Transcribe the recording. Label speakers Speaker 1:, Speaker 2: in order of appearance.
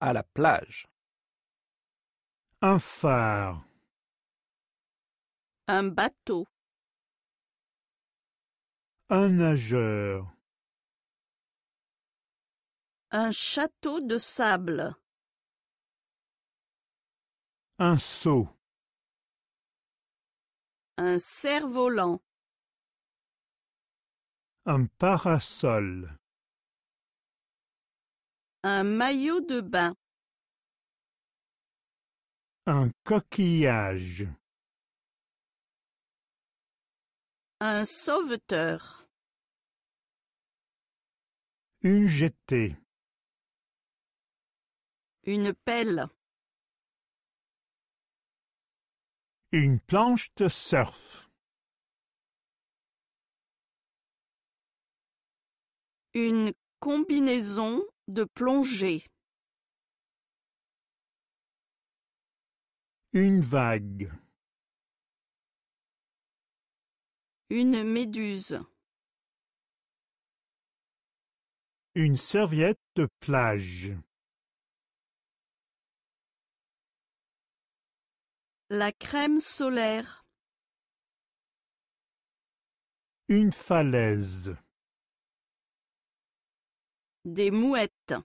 Speaker 1: à la plage.
Speaker 2: un phare,
Speaker 3: un bateau,
Speaker 2: un nageur,
Speaker 3: un château de sable,
Speaker 2: un seau,
Speaker 3: un cerf-volant,
Speaker 2: un parasol,
Speaker 3: un maillot de bain,
Speaker 2: un coquillage,
Speaker 3: un sauveteur,
Speaker 2: une jetée,
Speaker 3: une pelle,
Speaker 2: une planche de surf,
Speaker 3: une combinaison de plongée,
Speaker 2: une vague,
Speaker 3: une méduse,
Speaker 2: une serviette de plage,
Speaker 3: la crème solaire,
Speaker 2: une falaise.
Speaker 3: des mouettes.